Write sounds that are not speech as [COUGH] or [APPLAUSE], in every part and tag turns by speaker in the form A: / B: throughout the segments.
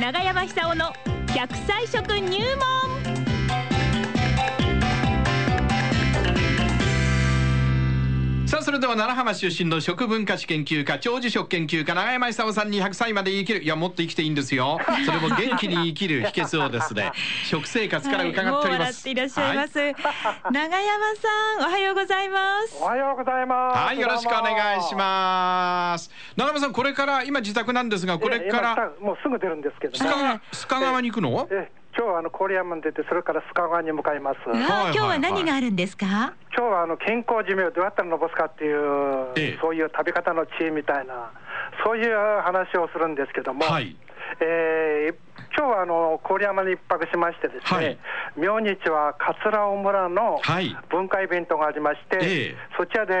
A: 長山久夫の100歳食入門
B: さあそれでは奈良浜出身の食文化史研究家長寿食研究家永山久夫さんに100歳まで生きるいやもっと生きていいんです
C: [LAUGHS]
B: よそれも元気に生きる秘訣をですね食生活から伺ってお
A: はい
B: り
A: もう
B: ま
A: 笑っ
B: す
A: ていらっしゃいます、 [LAUGHS] 長山さんおはようございます
C: お [LAUGHS] はようございます。
B: はい、はいよろしくお願いし
C: す。
B: ます長山さんこれから今自宅なんですがこれか
C: え
B: ら
C: え今もうすぐ出るんですけど
B: 須
C: ね。
B: 賀
A: はい
B: 川須賀川に行くの
C: ええ今日はあの郡山に出て、それから須賀川に向かいます。
A: わ
C: 今
A: あ
B: は
A: 今
B: い
A: 日は何があるんですか、
C: 日はあの健康寿命をどうやったら伸ばすかっていう、
B: ええ
C: そういう食べ方の知恵みたいな、そういう話をするんですけども、
B: はい
C: ええ今日はあの郡山に一泊しましてです
B: はい
C: ね、明日は桂尾村の
B: はい
C: 文化イベントがありまして、
B: ええ
C: そちらで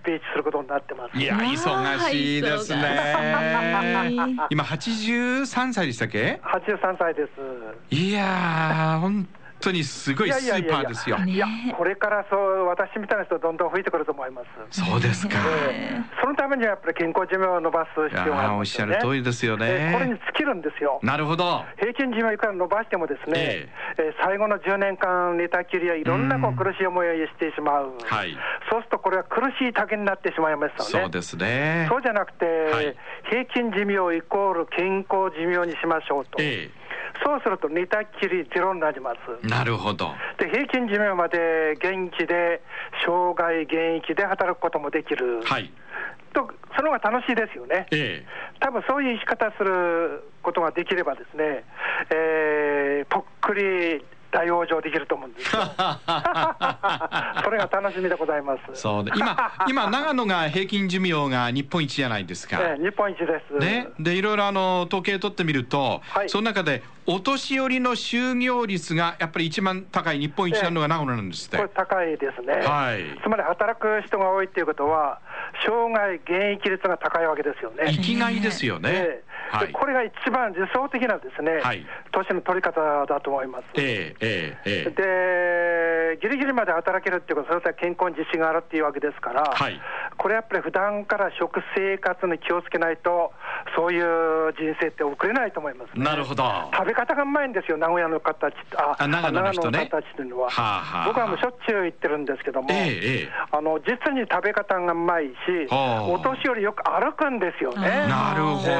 C: スピーチすることになってます。
B: いや
A: わあ
B: 忙しいです
A: 忙し
B: ね
A: い
B: 今83歳でしたっけ
C: 83歳です。
B: いやー本当にすごいスーパーですよ
A: ね
C: いや、これからそう私みたいな人、どんどん増えてくると思います。
B: そうですか
A: え
C: そのためにはやっぱり健康寿命を伸ばす
B: い
C: 必
B: や
C: 要があ
B: ー
C: るん
B: おっ
C: です
B: しゃ
C: よ
B: る
C: ね。
B: 通りですよ
C: えーこれに
B: ね
C: 尽きるんですよ。
B: なるほど
C: 平均寿命から伸ばしてもですね、えー最後の10年間寝たきりはいろんなこ
B: うん
C: う苦しい思いをしてしまう、
B: はい
C: そうするとこれは苦しい竹になってしまいますよね。
B: そうですね
C: そうじゃなくて、
B: はい
C: 平均寿命イコール健康寿命にしましょうと、
B: え
C: そうすると寝たきりゼロになります。
B: えなるほど
C: で平均寿命まで元気で、生涯現役で働くこともできる、
B: はい
C: とその方が楽しいですよね、 [LAUGHS]
B: え
C: 多分そういう生き方することができれば、ですね、えーぽっくり大往生できると思う
B: [LAUGHS]
C: んですよそれが楽しみでございま
B: え
C: す。
B: そうで今今長野が平均寿命が日本一じゃないですか
C: えー日本一です。
B: ね、でいろいろあの統計取ってみると、
C: はい
B: その中でお年寄りの就業率がやっぱり一番高い日本一なのが名古屋なんですって、
C: これ高いですね、
B: はい
C: つまり働く人が多いっていうことは、生涯現役率が高いわけですよね。
B: 生きがいですよね、
C: ええ
B: は
C: で
B: い
C: これが一番理想的なですね、
B: はい
C: 年の取り方だと思います。
B: ええええええ
C: で、ギリギリまで働けるっていうことは、それだけ健康に自信があるっていうわけですから、
B: はい
C: これやっぱり普段から食生活に気をつけないと、そういう人生って送れないと思います、ね。
B: なるほど
C: 食べ方がうまいんですよ、名古屋の方たちあ
B: あ長野の人ね
C: 長野の方たちというの
B: は
C: は、
B: あはあ
C: 僕はもうしょっちゅう行ってるんですけども、
B: えええ
C: あの実に食べ方がうまいし、
B: はあ
C: お年寄りよく歩くんですよね。
B: えなるほど、
C: え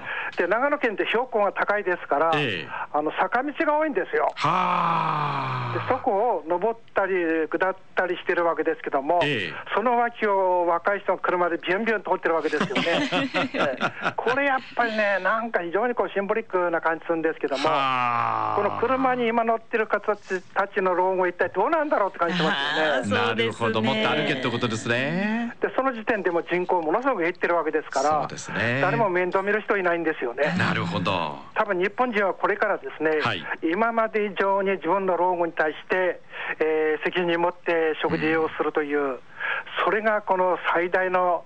C: えで長野県って標高が高いですから、
B: ええ
C: あの坂道が多いんですよ。で
B: は
C: そこを登ったり下ったりしてるわけですけども、
B: ええ
C: その脇を若い人が車でビュンビュン通ってるわけです
B: [LAUGHS]
C: よね。ええこれやっぱりね、なんか非常にこうシンボリックな感じするんですけども、
B: はあ
C: この車に今乗ってる方たちたちの老後、一体どうなんだろうって感じしますよ
A: あ
C: ね。
B: なる
A: そ
B: ほど、
A: うで
B: も
A: す
B: っ
A: ね
B: と歩けってことですね。
C: でその時点でもう人口ものすごく減ってるわけですから、
B: そうですね
C: 誰も面倒見る人いないんですよね。
B: なるほど。
C: 多分日本人はこれからですね、
B: はい
C: 今まで以上に自分の老後に対して、えー責任を持って食事をするという、それがこの最大の、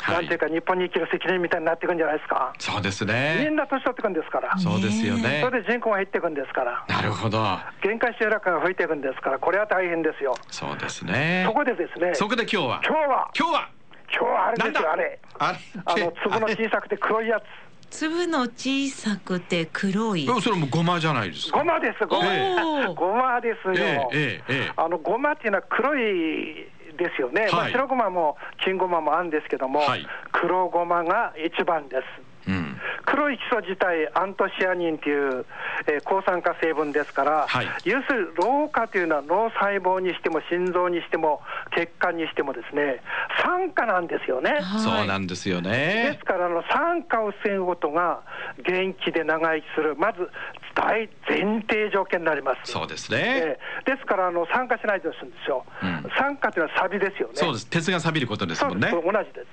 B: は
C: なんていう
B: い。
C: か、日本に生きる責任みたいになっていくんじゃないですか、
B: そうです
C: みん
B: ね。
C: な年取っていくんですから、そ
B: そうですよね。
C: れで人口が減っていくんですから、
B: なるほど。
C: 限界集落が増えていくんですから、これは大変ですよ、
B: そうですね
C: そ。こでですね、
B: そこで今日は。
C: 今日は、
B: 今日は。
C: 今日はあれ
B: なん
C: です
B: だ。
C: よ、あれ、
B: あれ。
C: あの粒の
B: あれ
C: 小さくて黒いやつ、
A: 粒の小さくて黒い
B: でもそれもごまじゃないですか。
C: ごまです、ごま、
B: え
A: え
C: ごまですよ。
B: えええええ。
C: あのごまっていうのは黒いですよね、まあ
B: はい
C: 白ごまも金ごまもあるんですけども、
B: はい
C: 黒ごまが一番です。
B: うん。
C: 黒い基礎自体、アントシアニンという、えー抗酸化成分ですから、
B: はい
C: 要するに老化というのは脳細胞にしても心臓にしても血管にしてもですね、酸化なんですよね。
A: はい
B: そうなんですよ
C: で
B: ね
C: す。からあの酸化を防ぐことが元気で長生きする、まず大前提条件になります。
B: そうですね。
C: ええですからあの、酸化しないとするんですよ、
B: うん
C: 酸化というのはサビですよね、
B: そうです。鉄が錆びることです
C: そう
B: もん
C: です
B: ね。
C: 同じです、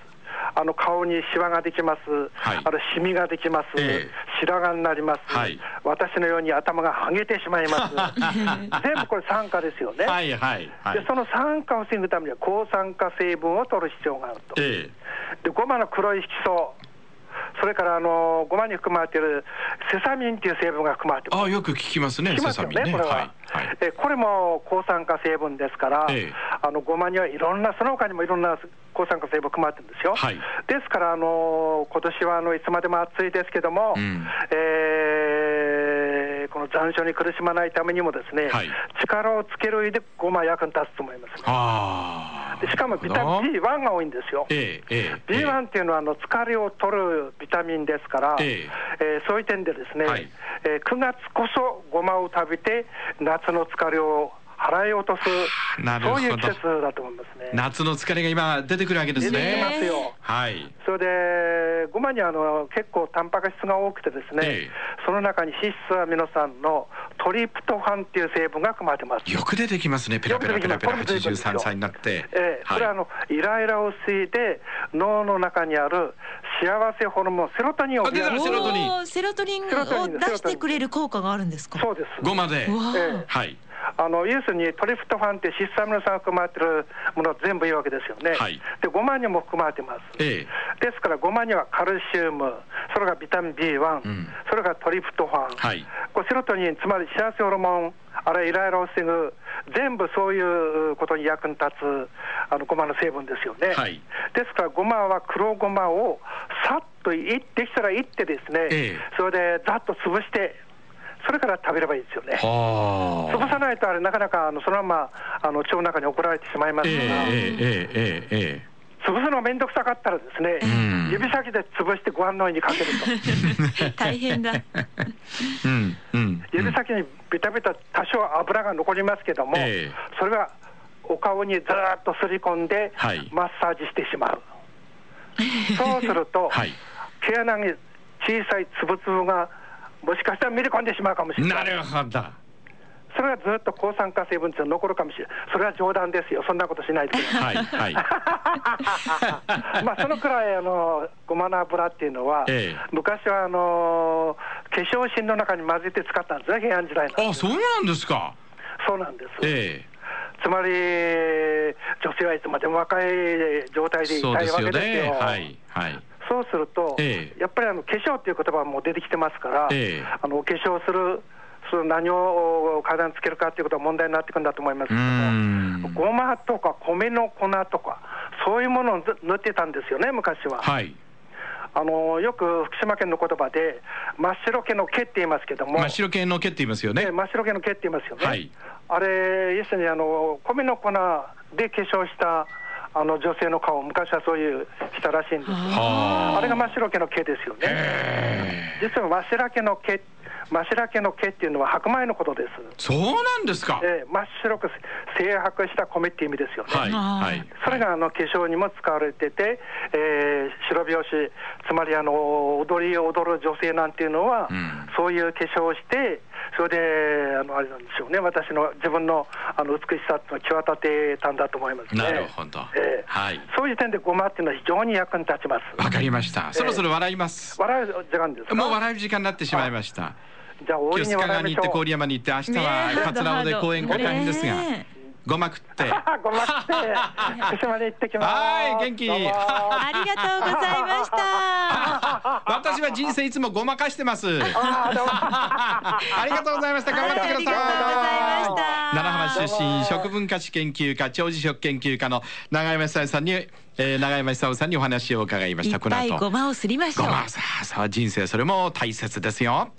C: あの顔にシワができます、
B: はい
C: あのシミができます、
B: ええ
C: 白髪になります、
B: はい
C: 私のように頭がはげてしま
B: [LAUGHS]
C: います、全部これ、酸化ですよね、
B: はいはいは
C: で
B: い。
C: その酸化を防ぐためには、抗酸化成分を取る必要があると。
B: え
C: でごまの黒い色素それからあのごまに含まれているセサミンという成分が含まれてます
B: え。あよく聞きますね。
C: き
B: セ
C: ます
B: サ
C: よ
B: ミンね。
C: ね、これは、
B: はいはい。
C: えーこれも抗酸化成分ですから、
B: ええ
C: あのごまにはいろんな、その他にもいろんな抗酸化性も含まれてるんですよ。
B: はい
C: ですから、あの今年はあのいつまでも暑いですけども、
B: うん
C: えーこの残暑に苦しまないためにも、ですね、
B: はい
C: 力をつける上でごまは役に立つと思います、
B: あ
C: で
B: あ。
C: しかもビタ
B: なるほ
C: ミン
B: ど
C: B1 が多いんですよ。
B: ええええええ
C: B1 っていうのはあの疲れを取るビタミンですから、
B: ええ
C: えーそういう点でですね、
B: はい
C: え9月こそごまを食べて、夏の疲れを払い落とす、
B: なるほ
C: そ
B: ど
C: ういう季節だと思いますね。
B: 夏の疲れが今出てくるわけです
C: 出てきま
B: ね。
C: すよ、
B: はい。
C: それで、ごまにあの結構タンパク質が多くてです
B: ええ
C: ね、その中に脂質アミノ酸のトリプトファンっていう成分が含まれてます。
B: よく出てきますね。ペラペラペラペラ
C: よく出てきます
B: 83歳になって。
C: ええこれはあの、イライラを防いで、脳の中にある幸せホルモン、セロトニンを
B: あ出た
C: 増やす
B: セロトニン
A: おーセロトニンを
C: セロトニン
A: 出してくれる効果があるんですか。
C: そうです。
B: ごま
A: わ
B: で。
A: あ
C: え
B: はい。
C: あの要するにトリプトファンって脂質アミノ酸が含まれてるもの全部いいわけですよね。
B: はい
C: で、ごまにも含まれてます。
B: ええ
C: ですから、ごまにはカルシウム、それがビタミン B1、
B: うん
C: それがトリプトファン、
B: はい
C: これセロトニン、つまり幸せホルモン、あれイライラを防ぐ、全部そういうことに役に立つあのごまの成分ですよね。
B: はい
C: ですから、ごまは黒ごまをさっといできたらいってですね、
B: ええ
C: それでざっと潰して、それから食べればいいですよね。
B: は
C: 潰さないとあれ、なかなかあのそのままあの腸の中に送られてしまいます
B: え
C: から、
B: えええええええ。
C: 潰すのめんどくさかったらですね、
B: うん
C: 指先で潰してご飯の上にかけると。
B: [LAUGHS]
A: [LAUGHS] 大変だ。
B: うんうん。
C: 指先にベタベタ多少油が残りますけども、
B: ええ
C: それはお顔にずーっとすり込んで、
B: はい
C: マッサージしてしま
B: [LAUGHS]
C: うそうすると、
B: はい
C: 毛穴に小さい粒々がもしかしたらめり込んでしまうかもし
B: う
C: れ
B: ん
C: な
B: ないるほど。
C: それはずっと抗酸化成分っていうのが残るかもしれないそれは冗談ですよそんなことしないでください
B: はい
C: [LAUGHS]
B: はい。
C: まあそのくらいあのごまの油っていうのは、
B: ええ
C: 昔はあの化粧品の中に混ぜて使ったんですね平安時代の
B: あ、そうなんですか。
C: そうなんです、
B: え
C: つまり女性はいつまでも若い状態
B: え
C: でいたい
B: そうで
C: わけですすよ
B: よね。はいはい。
C: そうすると、
B: ええ
C: やっぱりあの化粧っていう言葉も出てきてますから、
B: ええ
C: あのお化粧する、その何を体につけるかっていうことは問題になってくるんだと思います
B: う
C: け
B: ー
C: ども、
B: ん。
C: ごまとか米の粉とか、そういうものをず塗ってたんですよね、昔は。
B: はい。
C: あのよく福島県の言葉で、真っ白系の毛って言いますけども、
B: 真っ白系の毛って言いますよ
C: ええ
B: ね。
C: 真っ白系の毛って言いますよね、
B: はい
C: あれ、要するにあの米の粉で化粧したあの女性の顔、昔はそういうしたらしいんですよ
B: は
C: あれが真っ白毛の毛ですよね。実は真っ白毛の毛、真っ白毛の毛っていうのは白米のことです。
B: そうなんですか。
C: ええ真っ白く精白した米って意味ですよね。
B: はい
A: あー
B: はい。
C: それがあの化粧にも使われてて、えー白拍子、つまりあの踊りを踊る女性なんていうのは、
B: うん
C: そういう化粧をして、それであのあれなんでしょうね、私の自分のあの美しさっていうのを際立てたんだと思いますね。
B: なるほど
C: ええ
B: はい
C: そういう点で、ごまっていうのは非常に役に立ちます。
B: [LAUGHS] わかりました。そろそろ笑います。
C: 笑う時間ですか
B: もう笑う時間になってしまいました。
C: じゃあ、大
B: 今
C: い
B: 日須
C: に
B: 賀
C: 笑
B: 川
C: いま
B: に
C: し
B: 行って
C: ょう
B: 郡。山に行って明日
A: ね
B: は
A: え
B: 桂尾で公演が大変ですが
A: ねえ
B: ごま食って
C: あごまって、
B: [LAUGHS]
C: 福島に行ってきます。
B: はい元気に
C: どう
B: [LAUGHS]
C: も
A: ありがとうございました。
B: 私は人生いつもごまかして
C: [LAUGHS]
B: ます。
C: あどうも
B: ありがとうございました。頑張って
A: はいあ
B: く
A: り
B: だ
A: がとうござ
B: さい。
A: いました。
B: 奈良浜出身食文化史研究家長寿食研究家の永山久夫さんに、えー、永山久夫さんにお話を伺いまし
A: い
B: た
A: っ
B: この
A: ぱい
B: 後
A: ごまをすりましょ
B: ご
A: う。
B: まさあさあ人生それも大切ですよ